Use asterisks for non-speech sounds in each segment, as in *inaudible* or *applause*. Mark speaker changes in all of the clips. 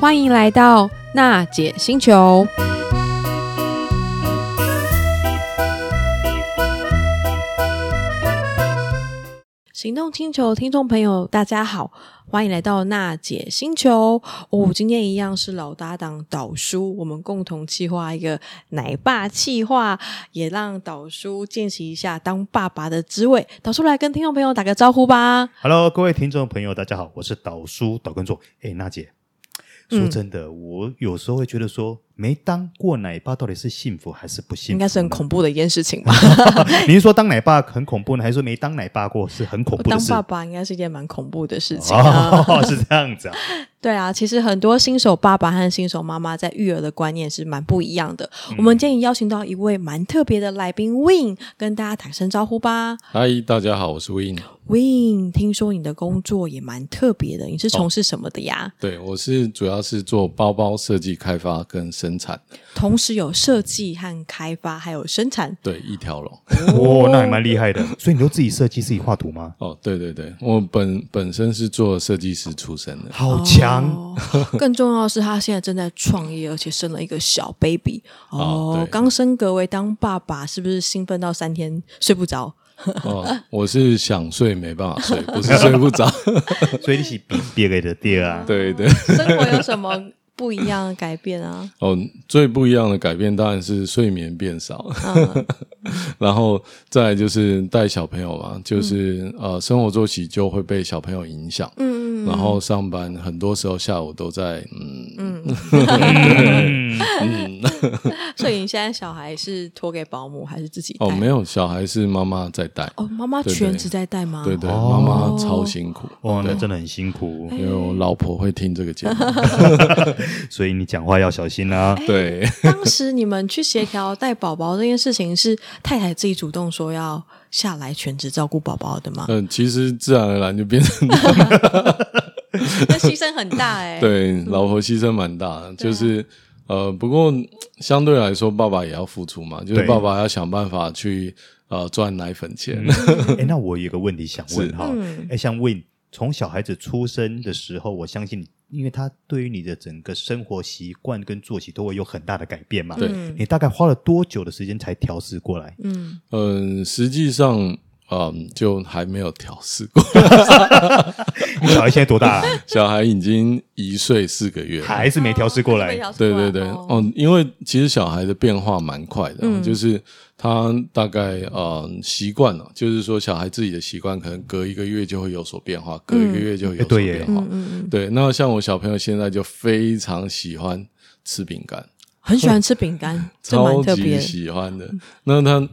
Speaker 1: 欢迎来到娜姐星球。行动星球听众朋友，大家好，欢迎来到娜姐星球。哦，今天一样是老搭档导叔，我们共同计划一个奶爸计划，也让导叔见识一下当爸爸的滋味。导叔来跟听众朋友打个招呼吧。
Speaker 2: Hello，各位听众朋友，大家好，我是导叔导根座。哎、娜姐，说
Speaker 1: 嗯
Speaker 2: 真的，我有时候会觉得说，没当过奶爸到底是幸福还是不幸福？
Speaker 1: 应该是很恐怖的一件事情吧？
Speaker 2: 怖。 *laughs* 你是说当奶爸很恐怖呢，还是说没当奶爸过是很恐怖的
Speaker 1: 当
Speaker 2: 事？
Speaker 1: 爸爸应该是一件蛮恐怖的事情、啊。
Speaker 2: 哦， *laughs* 是这样子啊。
Speaker 1: *laughs* 对啊，其实很多新手爸爸和新手妈妈在育儿的观念是蛮不一样的。
Speaker 2: 嗯
Speaker 1: 我们建议邀请到一位蛮特别的来宾 Win，跟大家打声招呼吧。
Speaker 3: 嗨，大家好，我是 Win。
Speaker 1: Win，听说你的工作也蛮特别的，你是从事什么的
Speaker 2: *laughs*
Speaker 1: 呀？
Speaker 3: 对，我是主要是做包包设计、开发跟生产，
Speaker 1: 同时有设计和开发，还有生
Speaker 2: *laughs*
Speaker 1: 产。
Speaker 3: 对，一条龙。
Speaker 2: 哦，那还蛮厉害的。所以你都自己设计、自己画图吗？
Speaker 3: 哦，对对对，我本本身是做设计师出身的。
Speaker 2: 好
Speaker 1: 哦
Speaker 2: 强！
Speaker 1: 更重要的是，他现在正在创业，而且生了一个小 baby。
Speaker 2: 啊
Speaker 3: 哦
Speaker 1: 哦
Speaker 3: 对，
Speaker 1: 刚升格为当爸爸，是不是兴奋到三天睡不着？
Speaker 3: 哦，我是想睡没办法睡，不是睡不着。
Speaker 2: *laughs*
Speaker 3: *laughs*
Speaker 2: 所以你是比别人的爹啊。
Speaker 3: 对
Speaker 1: *laughs*
Speaker 3: 对，
Speaker 1: 生活有什么不一样的改变啊？ *coughs*
Speaker 3: 哦，最不一样的改变当然是睡眠变少，
Speaker 1: 嗯
Speaker 3: *laughs* 然后再来就是带小朋友嘛，就是、呃生活作息就会被小朋友影响。
Speaker 1: 嗯
Speaker 3: 然后上班很多时候下午都在嗯
Speaker 2: 嗯，
Speaker 1: 所以你现在小孩是托给保姆还是自己带？
Speaker 3: 哦没有小孩是妈妈在带，
Speaker 1: 哦妈妈
Speaker 3: 对对
Speaker 1: 全职在带吗？ *laughs*
Speaker 3: 对对，
Speaker 2: 哦
Speaker 3: 妈妈超辛苦，
Speaker 2: 哇，哦那真的很辛苦，
Speaker 3: 因为我老婆会听这个
Speaker 2: *laughs*
Speaker 3: 节目。
Speaker 2: 所以你讲话要小心啊。
Speaker 3: 对，
Speaker 1: 当时你们去协调带宝宝这件事情，是太太自己主动说要下来全职照顾宝宝的
Speaker 3: *laughs*
Speaker 1: 吗？
Speaker 3: 嗯，其实自然而然就变成
Speaker 1: 那牺牲很大哎、，
Speaker 3: 对
Speaker 2: 嗯
Speaker 3: 老婆牺牲蛮大
Speaker 2: 啊
Speaker 3: 的，就是呃，不过相对来说，爸爸也要付出嘛，就是
Speaker 2: 对
Speaker 3: 爸爸要想办法去呃赚奶粉钱。
Speaker 2: 哎、那我有个问题想问哈，哎、像问从小孩子出生的时候，我相信，因为他对于你的整个生活习惯跟作息都会有很大的改变嘛。
Speaker 3: 对
Speaker 2: 你大概花了多久的时间才调试过来？
Speaker 1: 嗯，
Speaker 3: 嗯，实际上。嗯，就还没有调试过。
Speaker 2: 你小孩现在多大、
Speaker 3: *laughs*
Speaker 2: 啊？
Speaker 3: 小孩已经一岁四个月了，
Speaker 2: 还是没调试过来？
Speaker 3: 对对对，
Speaker 1: 哦，
Speaker 3: 哦，因为其实小孩的变化蛮快的，啊就是他大概呃习惯了，就是说小孩自己的习惯，可能隔一个月就会有所变化，隔一个月就会有
Speaker 2: 哎
Speaker 3: 所
Speaker 2: 对耶
Speaker 3: 变化。对，那像我小朋友现在就非常喜欢吃饼干，
Speaker 1: 很喜欢吃饼干，这蛮
Speaker 3: 哦超
Speaker 1: 特别
Speaker 3: 级
Speaker 1: 的。
Speaker 3: 喜欢的。那他，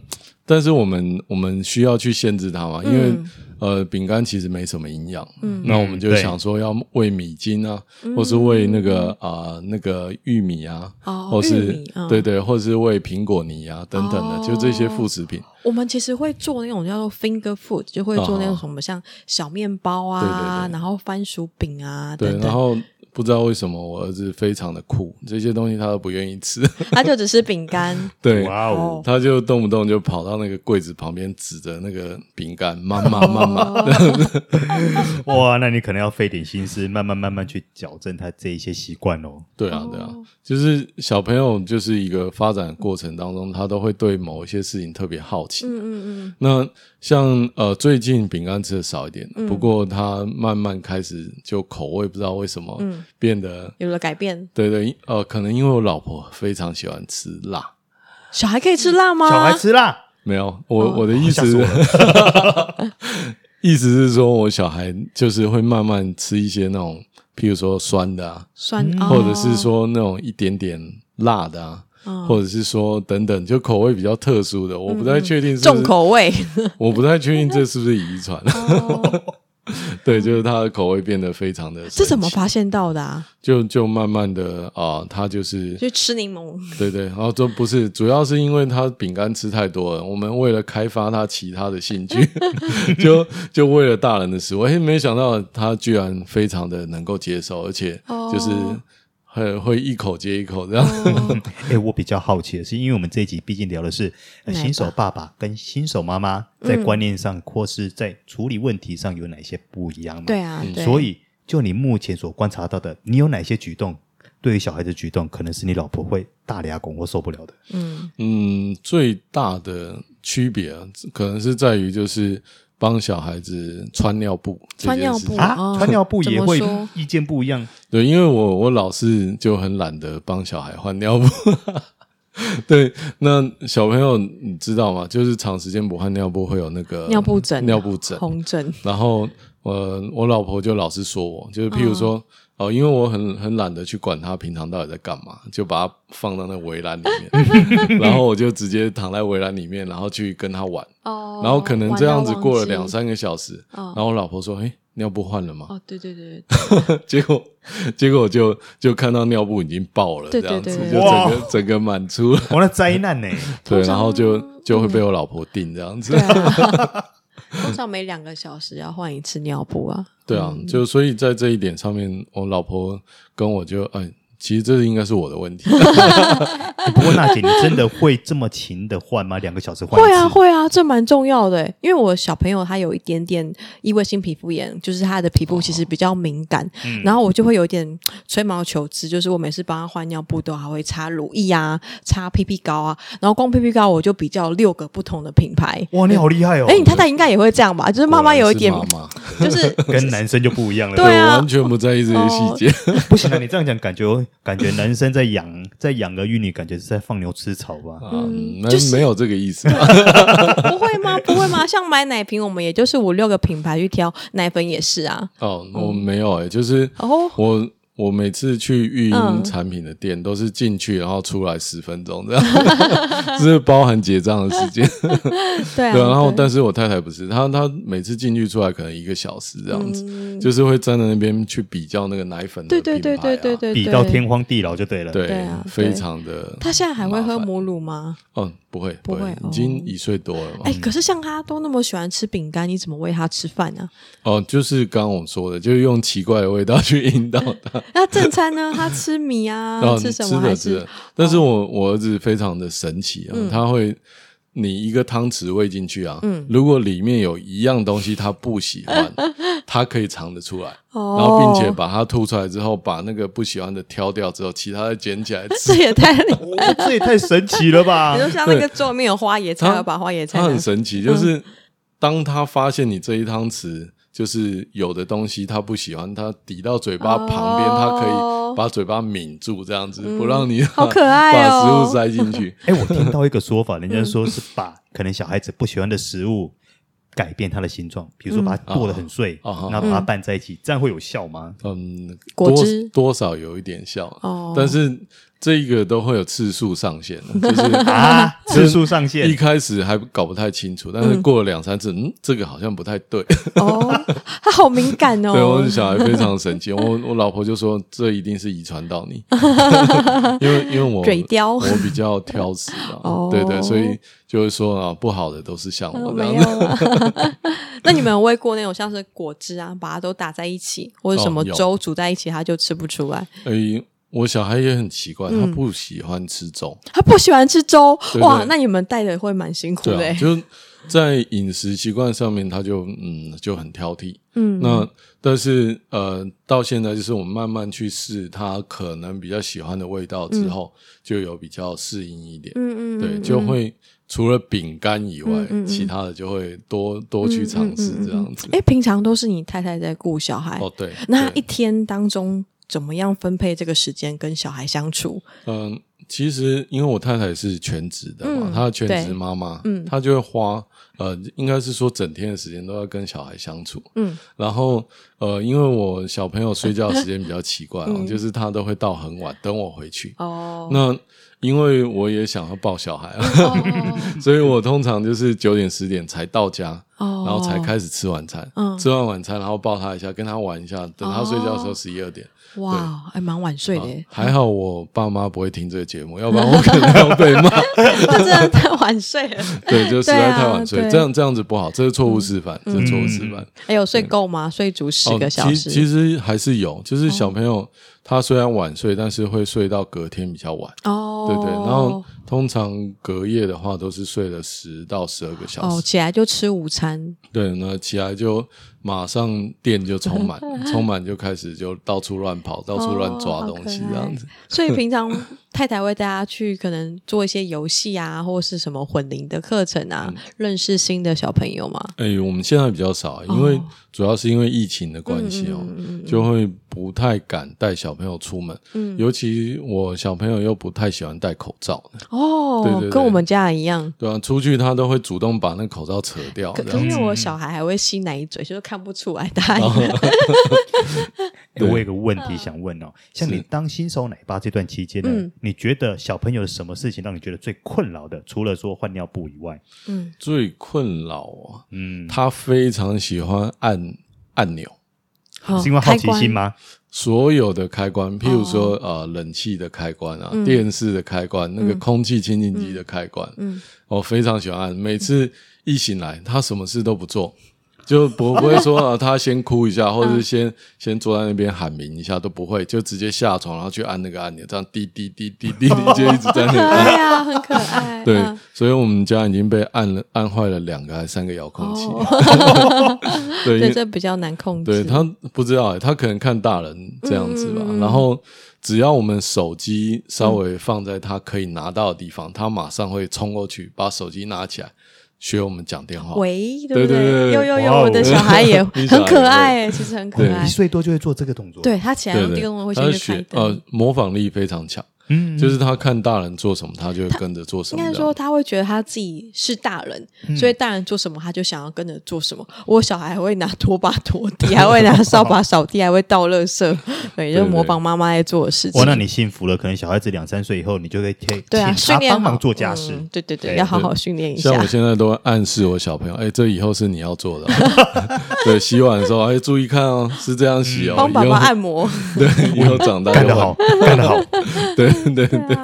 Speaker 3: 但是我们我们需要去限制他嘛，因为、
Speaker 1: 嗯
Speaker 3: 呃，饼干其实没什么营养。嗯，那我们就
Speaker 2: 对
Speaker 3: 想说要喂米精啊，
Speaker 1: 嗯
Speaker 3: 或是喂那个啊、那个玉米啊，
Speaker 1: 哦
Speaker 3: 或
Speaker 1: 玉
Speaker 3: 是
Speaker 1: 米嗯
Speaker 3: 对对，或是喂苹果泥啊等等的，
Speaker 1: 哦
Speaker 3: 就这些副食品。
Speaker 1: 我们其实会做那种叫做 finger food，就会做那种什么像小面包啊，
Speaker 3: 哦对对对
Speaker 1: 然后番薯饼啊
Speaker 3: 对，
Speaker 1: 等
Speaker 3: 然
Speaker 1: 等，
Speaker 3: 后不知道为什么我儿子非常的酷，这些东西他都不愿意吃。 *laughs*
Speaker 1: 他就只吃饼干。
Speaker 3: 对，
Speaker 2: 哇哦！
Speaker 3: 他就动不动就跑到那个柜子旁边，指着那个饼干，妈妈妈妈。
Speaker 2: 哇，那你可能要费点心思，慢慢慢慢去矫正他这一些习惯哦。
Speaker 3: 对啊，对啊，就是小朋友就是一个发展过程当中，他都会对某一些事情特别好奇。
Speaker 1: 嗯嗯嗯，
Speaker 3: 那像呃，最近饼干吃的少一点，
Speaker 2: 嗯
Speaker 3: 不过他慢慢开始就口味不知道为什么
Speaker 2: 嗯
Speaker 3: 变得，
Speaker 1: 有了改变。
Speaker 3: 对对，呃，可能因为我老婆非常喜欢吃辣。
Speaker 1: 小孩可以吃辣吗？
Speaker 2: 小孩吃辣，
Speaker 3: 没有，我、我的意
Speaker 2: 哦吓死我
Speaker 3: 思， *laughs* 意思是说我小孩就是会慢慢吃一些那种，譬如说酸的啊，
Speaker 1: 酸，哦嗯
Speaker 3: 或者是说那种一点点辣的啊，或者是说等等，就口味比较特殊的，我不太确定是不
Speaker 1: 重
Speaker 3: 是，
Speaker 1: 口
Speaker 3: *laughs*
Speaker 1: 味。
Speaker 3: 我不太确定这是不是遗传。对，就是他的口味变得非常的神奇，
Speaker 1: 这哦怎么发现到的啊？
Speaker 3: 就就慢慢的啊、他就是
Speaker 1: 就吃柠檬，
Speaker 3: *laughs* 对对，然后这不是，主要是因为他饼干吃太多了，我们为了开发他其他的兴趣， *laughs* 就就为了大人的食物，哎，没想到他居然非常的能够接受，而且就是
Speaker 1: 哦
Speaker 3: 很会一口接一口这样。
Speaker 2: 哎、我比较好奇的是，因为我们这一集毕竟聊的是、呃
Speaker 1: 奶爸
Speaker 2: 新手爸爸跟新手妈妈
Speaker 1: 嗯
Speaker 2: 在观念上、或是在处理问题上有哪些不一样嘛？
Speaker 3: 嗯
Speaker 1: 对啊，对
Speaker 2: 所以就你目前所观察到的，你有哪些举动对于小孩子举动，可能是你老婆会大牙拱或受不了的。
Speaker 1: 嗯
Speaker 3: 嗯，最大的区别、啊、可能是在于就是帮小孩子穿尿布这
Speaker 1: 穿
Speaker 3: 件
Speaker 1: 尿
Speaker 3: 事
Speaker 1: 布
Speaker 3: 情
Speaker 1: 哦
Speaker 2: 啊，穿尿布
Speaker 1: 怎
Speaker 2: 也
Speaker 1: 么
Speaker 2: 会
Speaker 1: 说
Speaker 2: 意见不一样，
Speaker 3: 对，因为我我老是就很懒得帮小孩换尿布。 *laughs* 对，那小朋友你知道吗？就是长时间不换尿布会有那个
Speaker 1: 尿布疹、啊
Speaker 3: 尿布疹。
Speaker 1: 红疹，
Speaker 3: 然后呃，我老婆就老是说我，就是譬如说
Speaker 1: 嗯
Speaker 3: 哦、因为我很很懒得去管他平常到底在干嘛，就把他放到那围栏里
Speaker 1: *laughs*
Speaker 3: 面，然后我就直接躺在围栏里面，然后去跟他玩。
Speaker 1: 哦，
Speaker 3: 然后可能
Speaker 1: 玩
Speaker 3: 这
Speaker 1: 到
Speaker 3: 样子
Speaker 1: 忘
Speaker 3: 过了
Speaker 1: 记
Speaker 3: 两三个小时，
Speaker 1: 哦
Speaker 3: 然后我老婆说：“哎，尿布换了吗？”
Speaker 1: 哦，对对对，
Speaker 3: *laughs*
Speaker 1: 嗯
Speaker 3: 结果结果就就看到尿布已经爆了，
Speaker 1: 对
Speaker 3: 这样子
Speaker 1: 对
Speaker 3: 就
Speaker 1: 对
Speaker 2: 对
Speaker 3: 整个整个满出了，
Speaker 2: 我那灾
Speaker 1: *laughs*
Speaker 2: 难呢、
Speaker 3: 对，
Speaker 1: 通常
Speaker 3: 然后就就会被我老婆定这样子
Speaker 1: 对，啊， *laughs* 通常每两个小时要换一次尿布啊。
Speaker 3: 对啊，就所以在这一点上面，我老婆跟我就哎，其实这应该是我的问题，
Speaker 2: 欸不过娜姐，你真的会这么勤的换吗？两个小时换一
Speaker 1: 会
Speaker 2: 次？
Speaker 1: 啊，会啊，这蛮重要的欸，因为我小朋友他有一点点异位性皮肤炎，就是他的皮肤
Speaker 3: 哦
Speaker 1: 其实比较敏感，
Speaker 3: 嗯
Speaker 1: 然后我就会有一点吹毛求疵，就是我每次帮他换尿布都还会擦乳液啊，擦 PP 膏啊，然后光 PP 膏我就比较六个不同的品牌。
Speaker 2: 哇，你好厉害哦！
Speaker 1: 哎，你太太应该也会这样吧？就是 *laughs* 妈妈有一点，
Speaker 3: 果然是妈妈，
Speaker 1: 就是
Speaker 2: 跟男生就不一样了。
Speaker 1: 对啊
Speaker 3: 我完全不在意这些细节，
Speaker 2: 不行啊！你这样讲，感觉感觉男生在养在养儿育女，感觉是在放牛吃草吧？
Speaker 3: 嗯，没
Speaker 1: 哦就是
Speaker 3: 没有这个
Speaker 1: *laughs*
Speaker 3: 意思，
Speaker 1: 不会吗？不会吗？像买奶瓶，我们也就是五六个品牌去挑，奶粉也是啊。
Speaker 3: 哦，我没有哎，就是
Speaker 1: 哦，
Speaker 3: 我。我每次去育婴
Speaker 1: 嗯
Speaker 3: 产品的店，都是进去然后出来十分钟这样， *laughs* 这是包含结账的时
Speaker 1: *laughs*
Speaker 3: 间。
Speaker 1: 对啊，
Speaker 3: 对啊，然后
Speaker 1: 对
Speaker 3: 但是我太太不是，她她每次进去出来可能一个小时这样子，
Speaker 1: 嗯
Speaker 3: 就是会站在那边去比较那个奶粉的
Speaker 1: 对对对
Speaker 3: 品牌啊
Speaker 1: 对对对，
Speaker 2: 比
Speaker 1: 对
Speaker 2: 到天荒地老就对了。
Speaker 3: 对
Speaker 1: 对啊
Speaker 3: 非
Speaker 1: 对
Speaker 3: 常的。
Speaker 1: 他现在还会
Speaker 3: 麻
Speaker 1: 喝
Speaker 3: 烦
Speaker 1: 母乳吗？
Speaker 3: 嗯，不会
Speaker 1: 不
Speaker 3: 会
Speaker 1: 会，哦
Speaker 3: 已经一岁多了嘛。
Speaker 1: 哎、可是像他都那么喜欢吃饼干，你怎么喂他吃饭呢、 *laughs*
Speaker 3: 哦，就是刚刚我说的，就是用奇怪的味道去引导
Speaker 1: *laughs*
Speaker 3: 他，
Speaker 1: 那正餐呢？他吃米
Speaker 3: *laughs*
Speaker 1: 啊，
Speaker 3: 然后
Speaker 1: 吃什
Speaker 3: 哦吃
Speaker 1: 么还
Speaker 3: 着吃
Speaker 1: 是哦嗯
Speaker 3: 着。但是我我儿子非常的神奇啊，他会。你一个汤匙喂进去啊，如果里面有一样东西他不
Speaker 1: *laughs*
Speaker 3: 喜欢，他可以尝得出来。
Speaker 1: 哦，
Speaker 3: 然后并且把它吐出来之后，把那个不喜欢的挑掉之后，其他的捡起
Speaker 1: *laughs*
Speaker 3: 来
Speaker 1: 这
Speaker 3: 吃。
Speaker 1: 也太厉
Speaker 3: *laughs*
Speaker 1: 害，
Speaker 2: 哇，哦这也太神奇了吧
Speaker 1: *laughs* 你就！像那个桌面有花椰菜，
Speaker 3: 啊
Speaker 1: 啊
Speaker 3: 他
Speaker 1: 要把花椰菜
Speaker 3: 它
Speaker 1: 拿
Speaker 3: 很神
Speaker 1: 嗯
Speaker 3: 奇，就是当他发现你这一汤匙就是有的东西他不喜欢，他抵到嘴巴旁边，他可
Speaker 1: 哦
Speaker 3: 以把嘴巴抿住，这样子不让你
Speaker 1: 好
Speaker 3: 把 *laughs*
Speaker 1: 可爱哦
Speaker 3: 把食物塞进
Speaker 1: *laughs*
Speaker 3: 去。
Speaker 2: 哎，我听到一个说法，人家说是把可能小孩子不喜欢的食物改变它的形状，比如说把它剁得很碎，
Speaker 3: 嗯啊
Speaker 2: 然后把它拌在一起，这样会有效吗？
Speaker 3: 嗯，
Speaker 1: 果
Speaker 3: 多
Speaker 1: 汁
Speaker 3: 多少有一点效，啊
Speaker 1: 哦
Speaker 3: 但是这一个都会有次数上限的，就是
Speaker 1: *laughs*
Speaker 2: 啊，次数上哎
Speaker 3: 一
Speaker 2: 限，
Speaker 3: 开始还搞不太清楚，但是过了两三次，嗯，这个好像不太对。
Speaker 1: 哦，他好敏感
Speaker 3: *laughs* 对，我
Speaker 1: 哦
Speaker 3: 的。小孩非常神奇，我我老婆就说这一定是遗传到
Speaker 1: *laughs*
Speaker 3: 你，因为因为我
Speaker 1: 嘴刁
Speaker 3: 我比较挑食嘛，
Speaker 1: 哦
Speaker 3: 对对，所以就是说啊，不好的都是像
Speaker 1: *laughs* 嗯
Speaker 3: 我这
Speaker 1: 没
Speaker 3: 样
Speaker 1: 有
Speaker 3: 子，
Speaker 1: 了。 *laughs* 那你们有喂过那种像是果汁啊，把它都打在一起，或者什么
Speaker 3: 哦有
Speaker 1: 粥煮在一起，他就吃不出来。
Speaker 3: 哎、我小孩也很奇怪，
Speaker 1: 嗯
Speaker 3: 他不喜欢吃粥，
Speaker 1: 他不喜欢吃粥，
Speaker 3: 对
Speaker 1: 哇，
Speaker 3: 对
Speaker 1: 那你们带的会蛮辛苦的、
Speaker 3: 对啊，
Speaker 1: 欸。
Speaker 3: 就在饮食习惯上面，他就嗯就很挑剔。
Speaker 1: 嗯，
Speaker 3: 那但是呃，到现在就是我们慢慢去试他可能比较喜欢的味道
Speaker 1: 嗯
Speaker 3: 之后，就有比较适应一点。
Speaker 1: 嗯嗯，
Speaker 3: 对，
Speaker 1: 嗯
Speaker 3: 就
Speaker 1: 嗯
Speaker 3: 会除了饼干以外，
Speaker 1: 嗯嗯嗯
Speaker 3: 其他的就会多多
Speaker 1: 嗯
Speaker 3: 去尝试这样子。
Speaker 1: 哎、诶平常都是你太太在顾小孩，
Speaker 3: 哦，对，
Speaker 1: 那一
Speaker 3: 对
Speaker 1: 天当中怎么样分配这个时间跟小孩相处？
Speaker 3: 嗯、其实因为我太太是全职的嘛，
Speaker 1: 嗯
Speaker 3: 她全
Speaker 1: 对
Speaker 3: 职妈妈，
Speaker 1: 嗯
Speaker 3: 她就会花呃，应该是说整天的时间都要跟小孩相处。
Speaker 1: 嗯，
Speaker 3: 然后呃，因为我小朋友睡觉的时间比较奇怪哦，就是他都会到很晚等我回去。
Speaker 1: 嗯哦，
Speaker 3: *laughs* 那因为我也想要抱小孩啊， *laughs*
Speaker 1: 哦，
Speaker 3: 所以我通常就是九点十点才到家，
Speaker 1: 哦
Speaker 3: 然后才开始吃晚餐。
Speaker 1: 嗯哦
Speaker 3: 吃完晚餐，然后抱他一下，跟他玩一下，等他睡觉的时候十一二点。
Speaker 1: 哇，还蛮晚
Speaker 3: 啊
Speaker 1: 睡的耶， *laughs*
Speaker 3: 还好我爸妈不会听这个节目，要不然我可能要被骂。 *laughs*
Speaker 1: 他真的太晚睡了。
Speaker 3: 对，就实在太晚睡，
Speaker 1: 对啊对嗯
Speaker 3: 这样这样子不好，这是错误示范，这是错误示范。
Speaker 1: 还有哎睡够吗？睡足十
Speaker 3: 嗯哦，
Speaker 1: 个小嗯
Speaker 3: 其
Speaker 1: 时？
Speaker 3: 其实还是有，就是小朋友他虽然晚睡，但是会睡到隔天比较晚。
Speaker 1: 哦，
Speaker 3: 对对，然后通常隔夜的话都是睡了十到十二个小时。
Speaker 1: 哦，起来就吃午餐，
Speaker 3: 对，那起来就马上电就
Speaker 1: *laughs*
Speaker 3: 充满，充满就开始就到处乱跑，到处乱抓东西
Speaker 1: 哦好
Speaker 3: 这
Speaker 1: 可爱
Speaker 3: 样子。
Speaker 1: 所以平常太太会带他去可能做一些游戏啊，或是什么混龄的课程啊，
Speaker 3: 嗯
Speaker 1: 认识新的小朋友嘛。
Speaker 3: 哎、我们现在比较少，啊因
Speaker 1: 哦
Speaker 3: 为主要是因为疫情的关系哦，
Speaker 1: 嗯
Speaker 3: 就会不太敢带小朋友出门。嗯，尤其我小朋友又不太喜欢戴口罩，
Speaker 1: 哦，
Speaker 3: 对对对
Speaker 1: 跟我们家人一样。
Speaker 3: 对啊，出去他都会主动把那口罩扯掉，
Speaker 1: 可
Speaker 3: 这
Speaker 1: 可是因
Speaker 3: 样
Speaker 1: 为
Speaker 3: 子。
Speaker 1: 我
Speaker 2: 嗯
Speaker 1: 小孩还会吸奶嘴，就是看不出来他
Speaker 3: 哦 *laughs*
Speaker 2: 我有个问题想问哦，像你当新手奶爸这段期间呢
Speaker 1: 嗯，
Speaker 2: 你觉得小朋友什么事情让你觉得最困扰的？除了说换尿布以外，
Speaker 1: 嗯，
Speaker 3: 最困扰啊，
Speaker 2: 嗯，
Speaker 3: 他非常喜欢按按钮，
Speaker 1: 哦
Speaker 2: *laughs* 是因为好奇心？
Speaker 1: 开
Speaker 2: 吗？
Speaker 3: 所有的开关，譬如说、呃冷气的开关啊，电视的开关，那个空气清净机的开关，
Speaker 1: 嗯嗯
Speaker 3: 我非常喜欢按。每次一醒来，他什么事都不做。就不不会说啊，他先哭一下，或者是先、先坐在那边喊鸣一下，都不会，就直接下床，然后去按那个按钮，这样滴滴滴滴滴，滴就一直在那
Speaker 1: 关
Speaker 3: 里
Speaker 1: 可
Speaker 3: 按。
Speaker 1: 爱啊， *laughs* 很可
Speaker 3: *laughs*
Speaker 1: 爱。
Speaker 3: 对
Speaker 1: 嗯，
Speaker 3: 所以我们家已经被按了按坏了两个还是三个遥控器。
Speaker 1: 哦，
Speaker 3: 对，因
Speaker 1: 对，
Speaker 3: 为
Speaker 1: 这比较难控制。
Speaker 3: 对他不知道欸，他可能看大人这样子
Speaker 1: 嗯
Speaker 3: 吧。然后只要我们手机稍微放在他可以拿到的地方，他马上会冲过去把手机拿起来，学我们讲电话。
Speaker 1: 喂，对不
Speaker 3: 对对对
Speaker 1: 有
Speaker 3: 对
Speaker 1: 有有，
Speaker 2: 哇哦
Speaker 1: 我的小孩也
Speaker 3: 你小孩
Speaker 1: 很可爱，其实很可
Speaker 3: 对
Speaker 1: 爱
Speaker 2: 一。岁多就会做这个动作，，
Speaker 1: 对他起来
Speaker 3: 对
Speaker 1: 用电动
Speaker 3: 对，
Speaker 1: 会
Speaker 3: 他
Speaker 1: 先
Speaker 3: 是
Speaker 1: 去开
Speaker 3: 学
Speaker 1: 灯
Speaker 3: 呃。模仿力非常强，
Speaker 2: 嗯，
Speaker 3: 就是他看大人做什么，他就会跟着做什
Speaker 1: 应
Speaker 3: 么
Speaker 1: 该
Speaker 3: 这样
Speaker 1: 说
Speaker 3: 子。
Speaker 1: 他会觉得他自己是大人，所以大人做什么他就想要跟着做什么。我小孩还会拿拖把拖地，还会拿扫把扫地，还会倒垃圾，对，就
Speaker 3: 对对
Speaker 1: 模仿妈妈在做的事情
Speaker 2: 哇，。那你幸福了。可能小孩子两三岁以后，你就可以请
Speaker 1: 对啊，
Speaker 2: 请
Speaker 1: 训
Speaker 2: 他
Speaker 1: 练
Speaker 2: 帮忙
Speaker 1: 好
Speaker 2: 做家事
Speaker 1: 嗯。对对对，
Speaker 2: 对
Speaker 1: 要好
Speaker 3: 对
Speaker 1: 好训练一下
Speaker 3: 像。
Speaker 1: *laughs*
Speaker 3: 我现在都会暗示我小朋友，哎、这以后是你要做的哦、
Speaker 1: *laughs*
Speaker 3: 对，洗碗的时候，哎、注意看哦，是这样洗哦。
Speaker 1: 帮爸
Speaker 3: 以
Speaker 1: 爸
Speaker 3: 后
Speaker 1: 按摩，
Speaker 3: 对，以后长大
Speaker 2: 干
Speaker 3: 就
Speaker 2: 得
Speaker 3: 会
Speaker 2: 好，干得好！
Speaker 3: *laughs*
Speaker 2: *laughs*
Speaker 3: 对对
Speaker 2: 啊
Speaker 3: 对，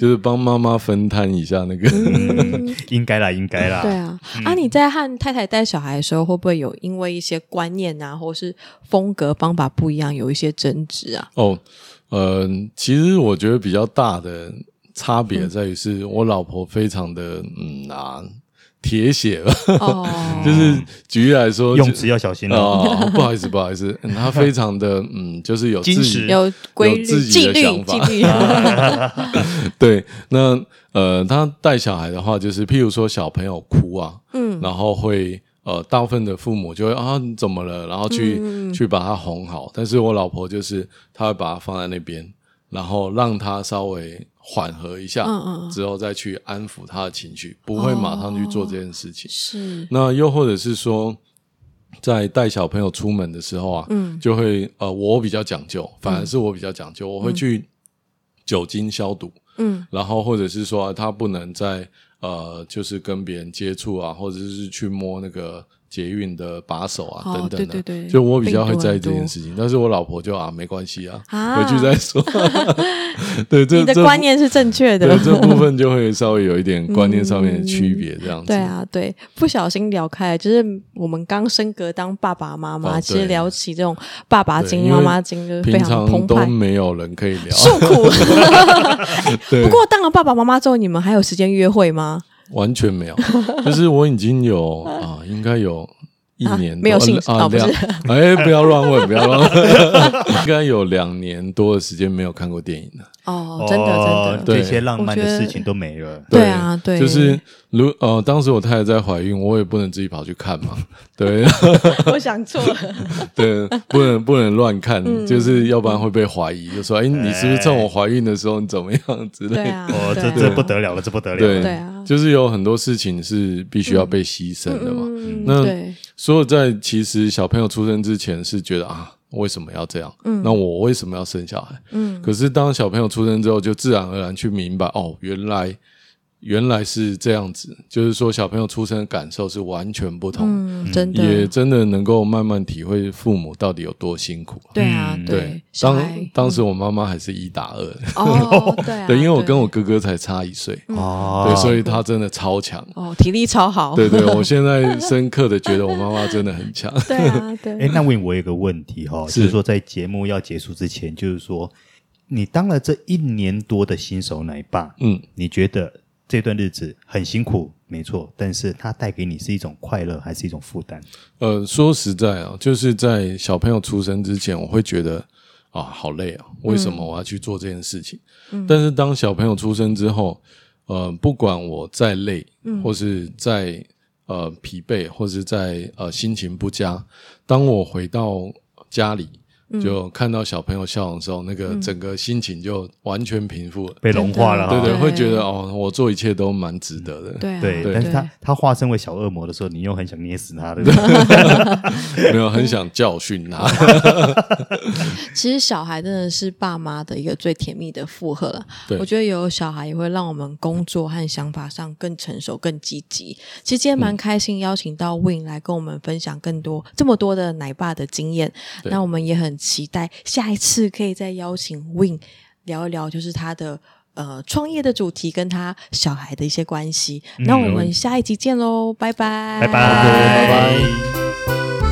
Speaker 3: 就是帮妈妈分摊一下那个。
Speaker 2: 嗯，应该啦，应该啦。
Speaker 1: 对啊，啊，你在和太太带小孩的时候，会不会有因为一些观念啊，或是风格方法不一样，有一些争执
Speaker 3: *laughs*
Speaker 1: 啊？
Speaker 3: *laughs* 哦，呃，其实我觉得比较大的差
Speaker 2: 嗯
Speaker 3: 别在于是我老婆非常的嗯啊铁血吧，
Speaker 1: 哦，
Speaker 3: *laughs* 就是举例来说，
Speaker 2: 嗯用
Speaker 3: 就
Speaker 2: 词要小心哦。
Speaker 3: 哦，不好意思，不好意思，嗯她非常的嗯，就是有自
Speaker 2: 矜持
Speaker 3: 己
Speaker 1: 有规律、
Speaker 3: 有自己
Speaker 1: 纪
Speaker 3: 的
Speaker 1: 律、
Speaker 3: 想法
Speaker 1: 纪律。
Speaker 3: 对，那呃，他带小孩的话，就是譬如说小朋友哭啊，嗯，然后会呃，大部分的父母就会啊你怎么了，然后去、
Speaker 1: 嗯
Speaker 3: 去把他哄好。但是我老婆就是，她会把他放在那边，然后让他稍微缓和一下，
Speaker 1: 嗯嗯嗯
Speaker 3: 之后再去安抚他的情绪，不会马上去做这件事
Speaker 1: 哦
Speaker 3: 情。
Speaker 1: 是，
Speaker 3: 那又或者是说，在带小朋友出门的时候啊，
Speaker 1: 嗯
Speaker 3: 就会呃，我比较讲究，反而是我比较讲究，我会去酒精消毒，
Speaker 1: 嗯
Speaker 3: 然后或者是说他不能再呃，就是跟别人接触啊，或者是去摸那个捷运的把手啊、
Speaker 1: 哦
Speaker 3: 等等的。
Speaker 1: 对对对
Speaker 3: 就我比较会
Speaker 1: 病毒
Speaker 3: 在
Speaker 1: 很
Speaker 3: 意这件
Speaker 1: 多
Speaker 3: 事情，但是我老婆就啊，没关系啊，
Speaker 1: 啊
Speaker 3: 回去
Speaker 1: *laughs*
Speaker 3: 再说。对，这
Speaker 1: 你的
Speaker 3: 这
Speaker 1: 观念是正确的
Speaker 3: 对。这部分就会稍微有一点观念上面的区别，这样子。
Speaker 1: *laughs* 对啊，对，不小心聊开了，就是我们刚升格当爸爸妈妈，
Speaker 3: 哦
Speaker 1: 其实
Speaker 3: 对
Speaker 1: 聊起这种爸爸
Speaker 3: 对
Speaker 1: 经、
Speaker 3: 因为
Speaker 1: 妈妈经，就是非
Speaker 3: 平
Speaker 1: 常澎
Speaker 3: 常都
Speaker 1: 湃。
Speaker 3: 没有人可以聊，
Speaker 1: 受
Speaker 3: *laughs*
Speaker 1: 苦。哎
Speaker 3: 对
Speaker 1: 不过当了爸爸妈妈之后，你们还有时间约会吗？
Speaker 3: 完全没有。 *laughs* 就是我已经
Speaker 1: *laughs*
Speaker 3: 有啊，应该有一
Speaker 1: 啊
Speaker 3: 年多
Speaker 1: 没有兴趣
Speaker 3: 啊，
Speaker 1: 哦不是
Speaker 3: 两
Speaker 1: *laughs*
Speaker 3: 哎，不要乱问，不要乱问， *laughs* 应该有两年多的时间没有看过电影了。
Speaker 1: 哦，真的真的，
Speaker 3: 对
Speaker 2: 这些浪漫
Speaker 1: 我觉
Speaker 2: 的
Speaker 1: 得
Speaker 2: 事情都没了。
Speaker 1: 对啊对
Speaker 3: 就是如呃，当时我太太在怀孕，我也不能自己跑去
Speaker 1: *laughs*
Speaker 3: 看嘛，对
Speaker 1: *laughs* 我想错了。
Speaker 3: 对，不能不能乱看，
Speaker 1: 嗯
Speaker 3: 就是要不然会被怀疑，就说哎，你是不是趁我怀孕的时候你怎么样之类
Speaker 1: *laughs* 对
Speaker 3: 的。
Speaker 1: 啊，
Speaker 2: 哦，
Speaker 1: 对
Speaker 2: 这
Speaker 1: 啊
Speaker 2: 这不得了了，这不得了了。
Speaker 3: 对
Speaker 1: 对啊
Speaker 3: 就是有很多事情是必须要被牺牲的嘛。
Speaker 1: 嗯
Speaker 3: 那
Speaker 1: 对，
Speaker 3: 所有在其实小朋友出生之前是觉得啊，为什么要这样？嗯，那我为什么要生小孩？嗯，可是当小朋友出生之后，就自然而然去明白哦，原来原来是这样子，就是说小朋友出生的感受是完全不同，
Speaker 1: 嗯，真
Speaker 3: 也
Speaker 1: 的，
Speaker 3: 真的能够慢慢体会父母到底有多辛苦。
Speaker 1: 对啊
Speaker 2: 嗯，
Speaker 1: 对，小
Speaker 3: 当 *laughs*
Speaker 1: 孩
Speaker 3: 当时我妈妈还是一打二，
Speaker 1: 哦，对啊，
Speaker 3: *laughs* 对，因为我跟我哥哥才差一岁，
Speaker 2: 哦，
Speaker 3: 对，所以他真的
Speaker 1: *laughs*
Speaker 3: 超强。
Speaker 1: 哦体力超好，
Speaker 3: 对对，我现在深刻的觉得我妈妈真的很强。
Speaker 1: *laughs* 对啊，对
Speaker 2: 哎，那问我有个问题哈、哦，就是
Speaker 3: 是
Speaker 2: 说在节目要结束之前，就是说你当了这一年多的新手奶爸，
Speaker 3: 嗯，
Speaker 2: 你觉得这段日子很辛苦，没错，但是它带给你是一种快乐，还是一种负担？
Speaker 3: 呃，说实在啊，就是在小朋友出生之前，我会觉得啊，好累啊，为什
Speaker 1: 嗯
Speaker 3: 么我要去做这件事情？但是当小朋友出生之后，呃，不管我再累，
Speaker 1: 嗯
Speaker 3: 或是再呃疲惫，或是在呃心情不佳，当我回到家里。
Speaker 1: 嗯
Speaker 3: 就看到小朋友笑容的时候，那个整个心情就完全平复了。
Speaker 2: 被融化了哈，
Speaker 3: 对对，
Speaker 1: 对
Speaker 3: 会觉得哦，我做一切都蛮值得的。
Speaker 1: 对啊
Speaker 2: 对，
Speaker 1: 对，
Speaker 2: 但是他他化身为小恶魔的时候，你又很想捏死他，对 *laughs* 不对？
Speaker 3: 没有很想教训他。
Speaker 1: 其实小孩真的是爸妈的一个最甜蜜的负荷了。
Speaker 3: 对
Speaker 1: 我觉得有小孩也会让我们工作和想法上更成熟、更积极。其实今天
Speaker 3: 嗯
Speaker 1: 蛮开心，邀请到 Win 来跟我们分享更多这么多的奶爸的经验。
Speaker 3: 对
Speaker 1: 那我们也很期待下一次可以再邀请 Win 聊一聊，就是他的。呃，创业的主题跟他小孩的一些
Speaker 3: 嗯
Speaker 1: 关系，那我们下一集见喽，拜拜，
Speaker 2: 拜拜。